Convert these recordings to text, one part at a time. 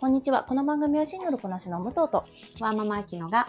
こんにちは。この番組はシングルこなしの武藤とワーママアキノが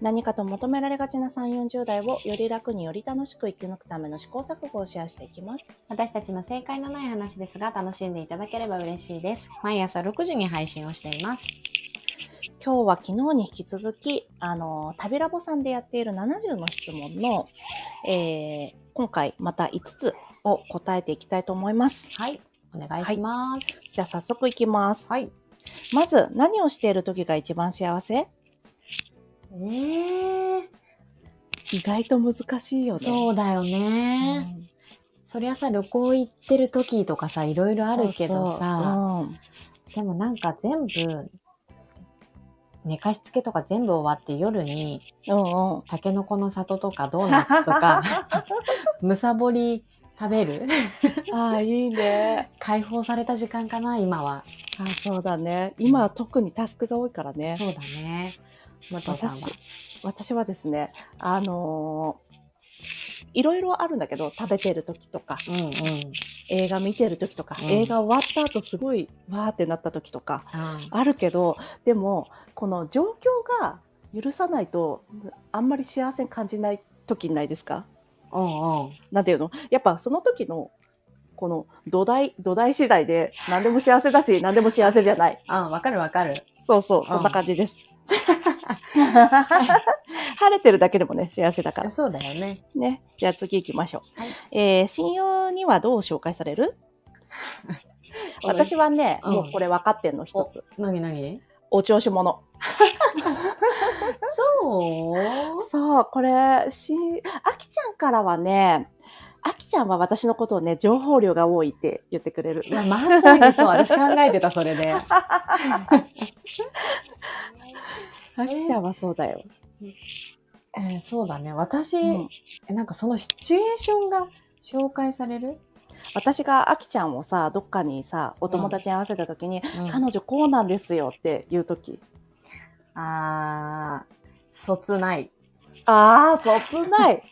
何かと求められがちな3、40代をより楽により楽しく生き抜くための試行錯誤をシェアしていきます。私たちの正解のない話ですが楽しんでいただければ嬉しいです。毎朝6時に配信をしています。今日は昨日に引き続き、あの、旅ラボさんでやっている70の質問の、えー今回また5つを答えていきたいと思います。はい。お願いします。じゃあ早速いきます。はい。まず、何をしている時が一番幸せええ意外と難しいよね。そうだよね、うんそりゃさ、旅行行ってる時とかさ、いろいろあるけどさ、そうでもなんか全部、寝かしつけとか全部終わって夜に、そううん、うんうん。タケノコの里とかドーナツと か、むさぼり食べる ああ、いいね。解放された時間かな、今は。あそうだね。今は特にタスクが多いからね。そうだね。武藤さん私は。、私はですね、あのーいろいろあるんだけど、食べてる時とか、うんうん。映画見てる時とか、うん映画終わった後すごいわーってなった時とか、ああるけど、でも、この状況が許さないと、あんまり幸せに感じない時ないですかあうんうん。なんていうのやっぱその時の、この土台、土台次第で何でも幸せだし、何でも幸せじゃない。あわかるわかる。そうそう、んそんな感じです。晴れてるだけでもね、幸せだから。そうだよね。ね。じゃあ次行きましょう。はいえー信用にはどう紹介され る私はね、うんもうこれ分かってんの、一つ。なになにお調子者。そうそう、これ、し、あきちゃんからはね、あきちゃんは私のことをね、情報量が多いって言ってくれる。いや、まさにそう。私考えてた、それ で。あきちゃんはそうだよ。えーそうだね。私、うんなんかそのシチュエーションが紹介される、私があきちゃんをさ、どっかにさ、お友達に会わせた時に、彼女こうなんですよって言う時。あー、卒ない。ああ、そつ ない。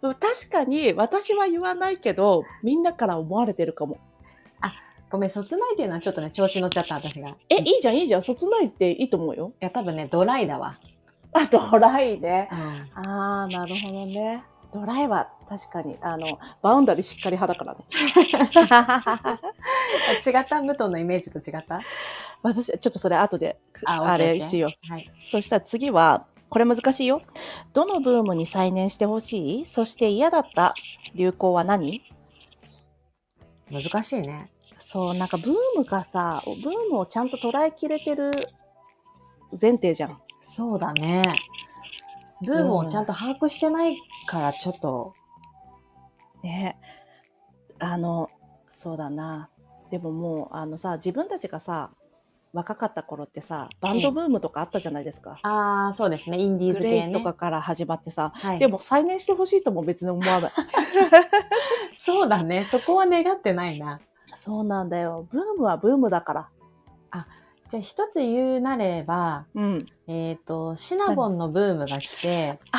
確かに、私は言わないけど、みんなから思われてるかも。ごめん、卒ないっていうのはちょっとね、調子乗っちゃった、私が。え、いいいじゃん、いいじゃん。そつないっていいと思うよ。や、多分ね、ドライだわ。あ、ドライね。 うん。ああ、なるほどね。ドライは、確かに、あの、バウンダリーしっかり派だからね。違った武藤のイメージと違った私、ちょっとそれ後で、ああオッケーオッれケーしよう。はい。そしたら次は、これ難しいよ。どのブームに再燃してほしいそして嫌だった流行は何難しいね。そう、なんかブームがさ、ブームをちゃんと捉えきれてる前提じゃん。そうだね。ブームをちゃんと把握してないから、ちょっと、ね。あの、そうだな。でももう、あのさ、自分たちがさ、若かった頃ってさ、バンドブームとかあったじゃないですか。ああ、そうですね。インディーグズ系レね。イとかから始まってさ、はい、でも再燃してほしいとも別に思わない。 そうだね。そこは願ってないな。そうなんだよ。ブームはブームだから。じゃあ一つ言うなれば、うん。えっ、と、シナボンのブームが来て、あ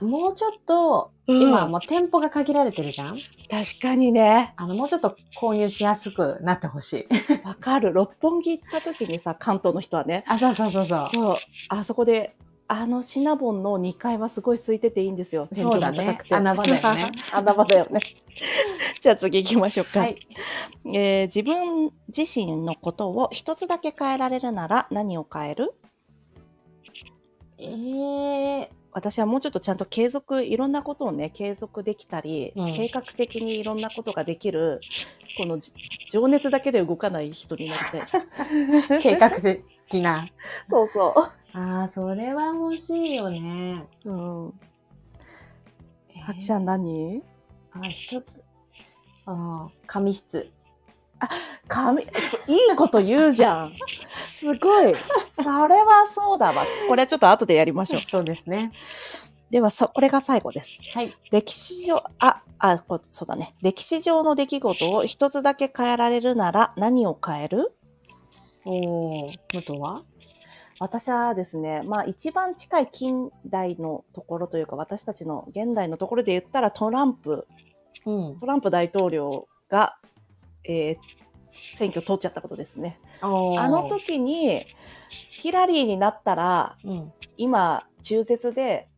あ、もうちょっと、うん今はもう店舗が限られてるじゃん確かにね。あの、もうちょっと購入しやすくなってほしい。わかる。六本木行った時にさ、関東の人はね、あ、そうそうそうそう。そう、あそこで、あのシナボンの2階はすごい空いてていいんですよ。天井も高くて。そうだね穴場だよね。 穴場だよね。じゃあ次行きましょうか。はい。えー自分自身のことを一つだけ変えられるなら何を変えるえー、私はもうちょっとちゃんと継続、いろんなことをね、継続できたり、うん計画的にいろんなことができる、このじ情熱だけで動かない人になりたい。 計画的な。そうそああ、それは欲しいよ ね。う。うん。えーはきちゃん何あ、一つ。ああ、紙質。髪、そいいこと言うじゃん。すごい。それはそうだわ。これちょっと後でやりましょう。そうですね。では、そ、これが最後です。はい。歴史上、あ、あ、こそうだね。歴史上の出来事を一つだけ変えられるなら何を変えるおー、武藤は私はですね、まあ一番近い近代のところというか、私たちの現代のところで言ったらトランプ、うん。トランプ大統領が、えー選挙通っちゃったことですね。ああの時に、ヒラリーになったら、うん。今、中絶で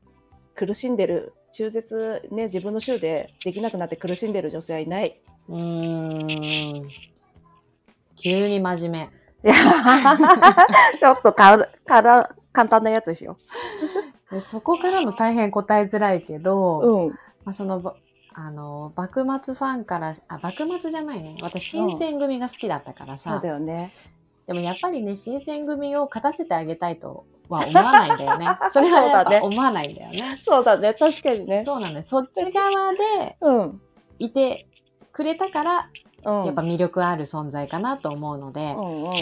苦しんでる、中絶ね、自分の州でできなくなって苦しんでる女性はいない。うーん。急に真面目。いやちょっとから、から、簡単なやつしよでそこからも大変答えづらいけど、う。うん。まあ、その、ばあの、幕末ファンから、あ、幕末じゃないね。私、うん新選組が好きだったからそうさだ。よね。でもやっぱりね、新選組を勝たせてあげたいとは思わないんだよね。 それはそやっうだねぱ思わないんだよね。そうだね。確かにね。そうなんだよ。そっち側でうん。うん。いてくれたから、ややっぱ、魅力ある存在かなと思うので、うんうん。あ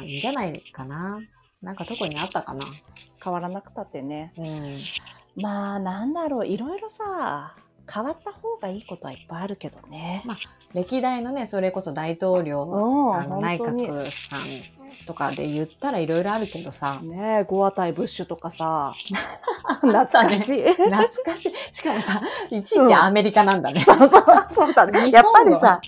あ、いいんじゃないかな。なんか特にあったかな。変わらなくたってね。うん。まあ、なんだろう。いろいろさ、変わった方がいいことはいっぱいあるけどね。歴代のね、それこそ大統領うのん、あの内本当に。閣さんとかで言ったらいろいろあるけどさ、ねえ、ゴア対ブッシュとか さ、懐かしい。懐かしい。しかもさ、いちいちアメリカなんだね。 そうそう、そうだね。日本はやっぱりさ、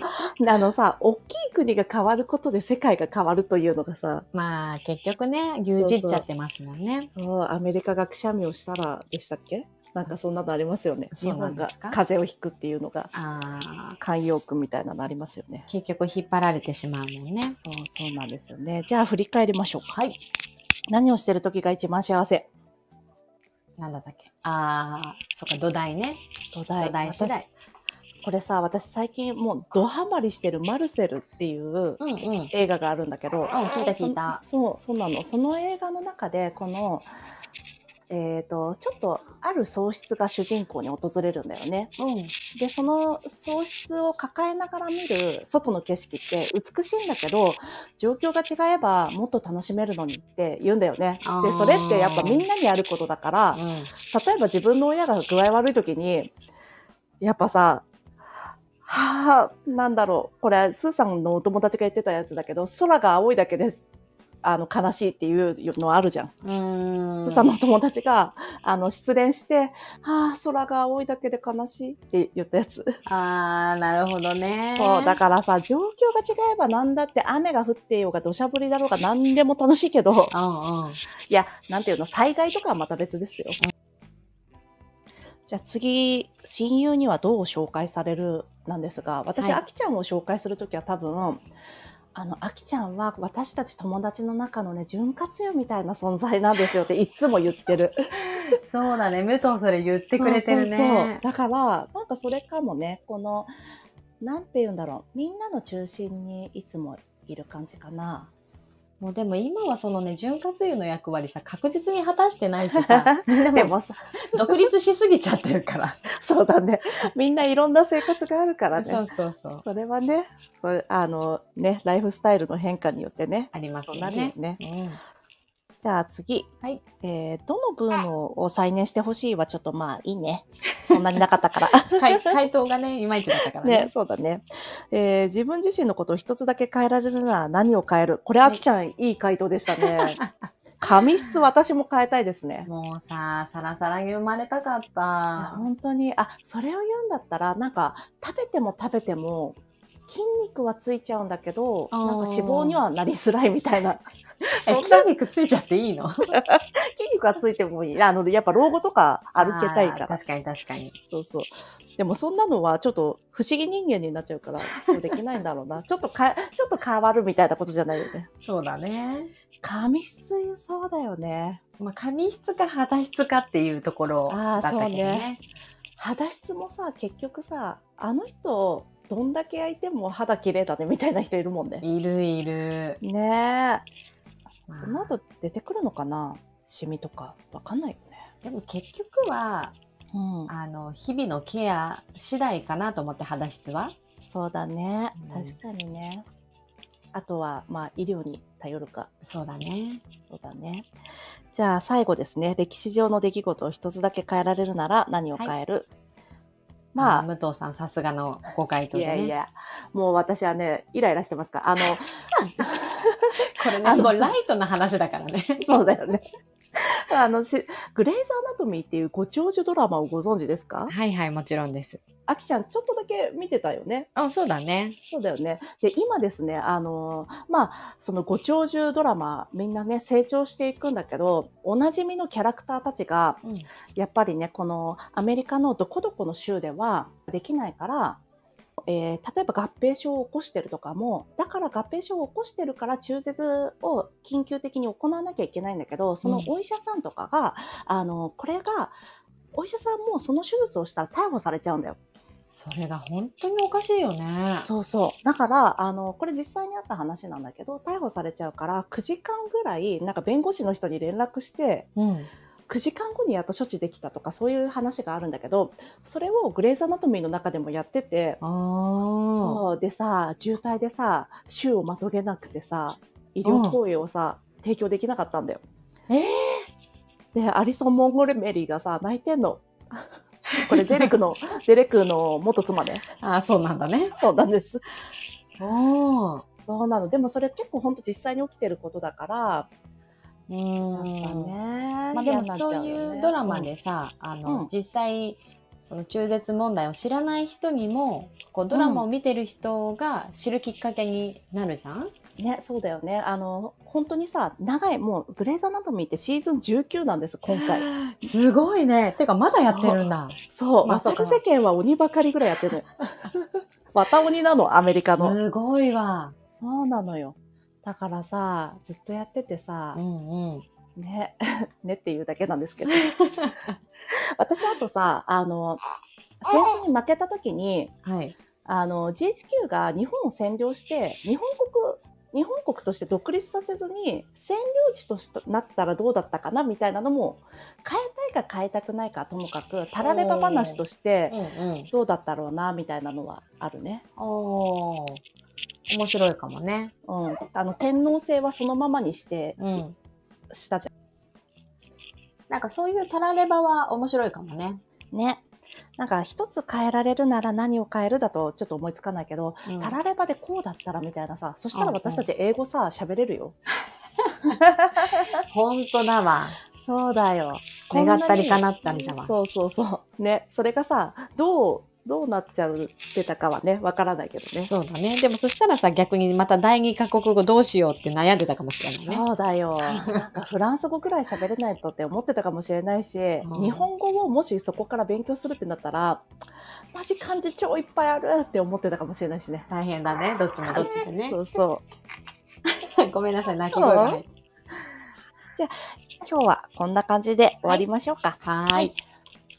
あのさ、大きい国が変わることで世界が変わるというのがさ、まあ、結局ね、牛耳っちゃってますもんね。そう、アメリカがくしゃみをしたらでしたっけなんかそんなのありますよね。日そうな本んでがすか風邪をひくっていうのが、ああ、慣用句みたいなのありますよね。結局引っ張られてしまうもんね。そう、そうなんですよね。じゃあ振り返りましょうか。はい。何をしてる時が一番幸せなんだったっけ。ああ、そっか、土台ね。土土台台次私第。これさ、私最近もうドハマりしてるマルセルっていううんうん。映画があるんだけど、あ聞いた聞いたそそうそうなのその映画の中でこのえー、とちょっとある喪失が主人公に訪れるんだよねうん。でその喪失を抱えながら見る外の景色って美しいんだけど状況が違えばもっと楽しめるのにって言うんだよねあでーそれってやっぱみんなにあることだから例えば自分の親が具合悪い時にやっぱさはあなんだろうこれスーさんのお友達が言ってたやつだけど空が青いだけですあの悲しいっていうのあるじゃん。うん。スーさんのお友達があの失恋して「はあ空が青いだけで悲しい」って言ったやつ。ああ、なるほどね。そうだからさ状況が違えばなんだって雨が降っていようが土砂降りだろうが何でも楽しいけどうんうん。いや、なんていうの、災害とかはまた別ですよ。じゃあ次、親友にはどう紹介されるなんですが、私、はいあきちゃんを紹介するときは多分、あの、あきちゃんは私たち友達の中のね、潤滑油みたいな存在なんですよっていつも言って る。そうだね。武藤それ言ってくれてるそうそうそうね。だから、なんかそれかもね、この、なんていうんだろう、みんなの中心にいつもいる感じかな。もうでも今はそのね、潤滑油の役割さ、確実に果たしてないし さ、みんなでももさ、独立しすぎちゃってるから。そうだね。みんないろんな生活があるからね。そうそうそう。それはね、それあのね、ライフスタイルの変化によってね、ありますそうよなるよね。ね。うんじゃあ次、はいえーどのブームを再燃してほしいはちょっとまあいい ね。そんなになかったから。回回答がね、いまいちだったからね。ね、そうだね、えー自分自身のことを一つだけ変えられるなら何を変えるこれ、あきちゃん、いい回答でした ね。髪質私も変えたいですね。もうさ、サラサラに生まれたかっいやた。本当に、あ、それを言うんだったら、なんか、食べても食べても、筋肉はついちゃうんだけど、あーなんか脂肪にはなりづらいみたいな。 そえんな筋肉ついちゃっていいの筋肉がついてもいい。あの、やっぱ老後とか歩けたいかあーら。確かに確かに。そうそう。でもそんなのはちょっと不思議人間になっちゃうから、そうできないんだろうな。 ちょっとか、ちょっと変わるみたいなことじゃないよね。そうだね。髪質そうだよね。まあ、髪質か肌質かっていうところだったけどね。肌質もさ、結局さ、あの人、どんだけ焼いても肌綺麗だねみたいな人いるもんね。いるいる。ねえ。まあその後出てくるのかなシミとか。わかんないよね。でも結局は、うん。あの、日々のケア次第かなと思って肌質は。そうだね。うん確かにね。あとは、まあ、医療に頼るか。そうだね。そうだね。じゃあ最後ですね。歴史上の出来事を一つだけ変えられるなら何を変える、まあ、ま武藤さんさすがのご回あ、答いでやね。いや、もう私はね、イライラしてますから。あの、これあね、のすごそいう ライトな話だからね。 そうだよね。あのし、グレイズ・アナトミーっていうご長寿ドラマをご存知ですかはいはい、もちろんです。あきちゃん、ちょっとだけ見てたよね。あ、そうだね。そうだよね。で、今ですね、あのーまあ、そのご長寿ドラマ、みんなね、成長していくんだけど、おなじみのキャラクターたちが、うん。やっぱりね、このアメリカのどこどこの州ではできないから、えー例えば合併症を起こしてるとかも、だから合併症を起こしてるから中絶を緊急的に行わなきゃいけないんだけど、そのお医者さんとかが、あの、これが、お医者さんもその手術をしたら逮捕されちゃうんだよ。それが本当におかしいよね。そうそう。だから、あの、これ実際にあった話なんだけど、逮捕されちゃうから、9時間ぐらい、なんか弁護士の人に連絡して、う。うん。 9時間後にやっと処置できたとか、そういう話があるんだけど、それをグレイズ・アナトミーの中でもやってて、ああ。そう。でさ、渋滞でさ、州をまとげなくてさ、医療投与をさ、提供できなかったんだよ。ええで、アリソン・モンゴルメリーがさ、泣いてんの。これ、デレクの、デレクの元妻ね。あそうなんだね。そうなんです。おお。そうなの。でもそれ結構本当実際に起きてることだから、うやっぱん。ね。まあでもそういうドラマでさ、あの、うん実際、その中絶問題を知らない人にも、こうドラマを見てる人が知るきっかけになるじゃん、嫌になっちゃうよね。うんね、そうだよね。あの、本当にさ、長い、もう、グレイズ・アナトミーってシーズン19なんです、今回。回。すごいね。てか、まだやってるんだ。そう、ままささかか世間は鬼ばかりぐらいやってるの よ。また鬼なの、アメリカの。すごいわ。そうなのよ。だからさ、ずっとやっててさう、んうん。 ね、 ねっていうだけなんですけど。私、あとさ、あの、戦争に負けた時に、はい。あの、GHQ が日本を占領して、日本国、日本国として独立させずに、占領地としてなったらどうだったかな、みたいなのも、変えたいか変えたくないか、ともかく、タラレバ話としてう、んうん。どうだったろうな、みたいなのはあるね。おー。面白いかもね。うん。あの、天皇制はそのままにして、うん。したじゃなんかそういうタラレバは面白いかもね。ん。ね。なんか、一つ変えられるなら何を変えるだと、ちょっと思いつかないけど、うんタラレバでこうだったらみたいなさ、そしたら私たち英語さ、喋れるよ。ほんとだわ。そうだよ。願ったり叶ったりだわ。そうそうそう。ね。それがさ、どう、どうなっちゃってたかはね、わからないけどね。そうだね。でもそしたらさ、逆にまた第二カ国語どうしようって悩んでたかもしれないね。そうだよ。なんかフランス語くらい喋れないとって思ってたかもしれないし、ん日本語をもしそこから勉強するってなったら、マジ漢字超いっぱいあるって思ってたかもしれないしね。大変だね。どっちもどっちでねそ。うそう。ごめんなさい、泣き声が入って。今日はこんな感じで終わりましょうか。ははーいい。。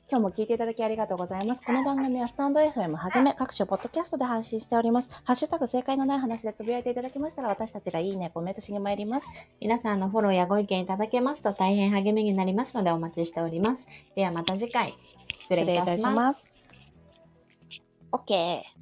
今日も聞いていただきありがとうございます。この番組はスタンド FM はじめ各種ポッドキャストで配信しております。ハッシュタグ正解のない話でつぶやいていただきましたら私たちがいいね、コメントしに参ります。皆さんのフォローやご意見いただけますと大変励みになりますのでお待ちしております。ではまた次回。失礼いたします。す。OK。